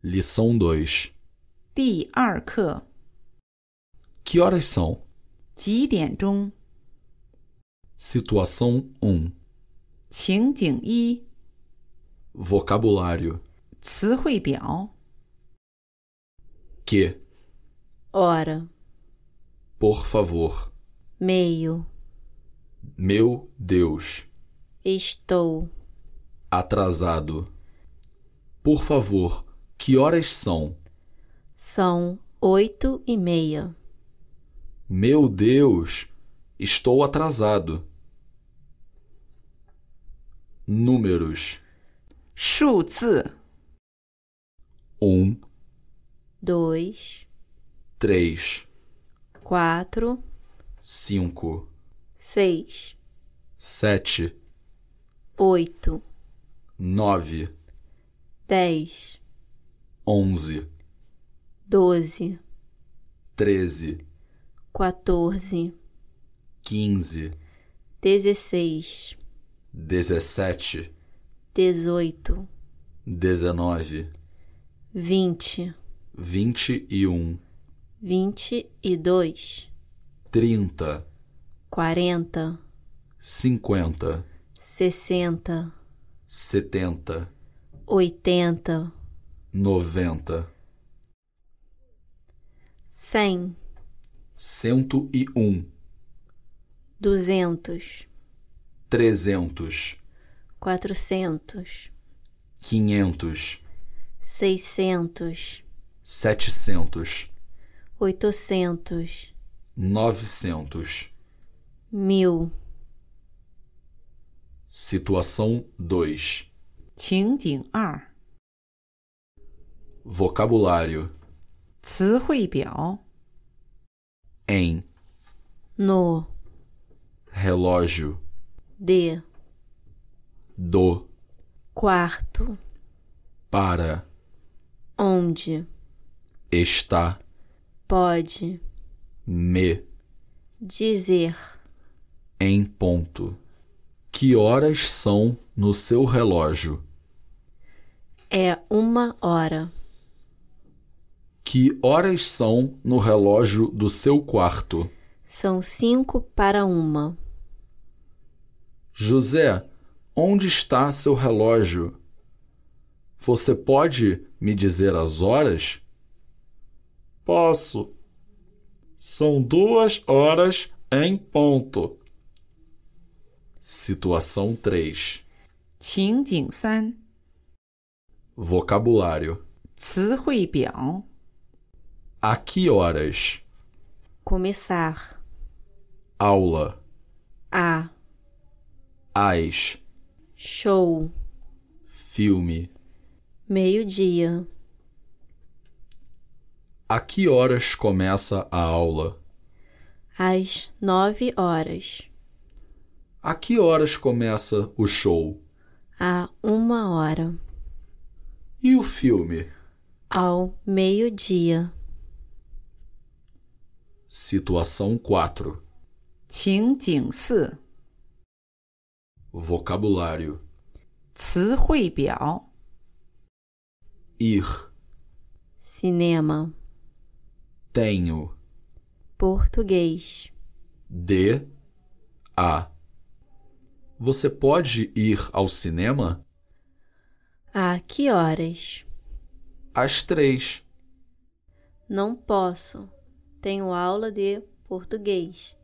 Lição 2. 第二课 Que horas são? 几点钟？ Situação 1. 情景一 Vocabulário. 词汇表 Que, hora, por favor. meio, Meu Deus. estou, Atrasado. Por favor, que horas são? são oito e meia, Meu Deus, estou atrasado. Números: 数字 1, dois, 3, quatro, 5, seis, 7, oito, 9, dez, 11, doze, 13, quatorze, 15, dezesseis, 17, dezoito, 19, vinte, 21, vinte e dois, 30, quarenta, 50, sessenta, 70, oitenta, 90, cem, 101, duzentos, 300, quatrocentos, 500. seiscentos, 700, oitocentos. 900. mil, Situação 2. 情景二 Vocabulário: 词汇表 em, no, relógio, de, do, quarto, para, onde, está, pode, me, dizer, em ponto. Que horas são no seu relógio? é uma hora, Que horas são no relógio do seu quarto? são cinco para uma, José, onde está seu relógio? Você pode me dizer as horas? Posso. São duas horas em ponto. Situação 3. 情景三 Vocabulário: 词汇表 A que horas? começar, Aula. a, As. show, Filme. meio-dia, A que horas começa a aula? às nove horas, A que horas começa o show? a uma hora, E o filme? ao meio-dia, Situação 4. 情景四 Vocabulário: 词汇表 ir, cinema, tenho, português, de, a. Você pode ir ao cinema a que horas? às três. Não posso. Tenho aula de português,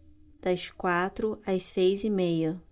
das quatro às seis e meia.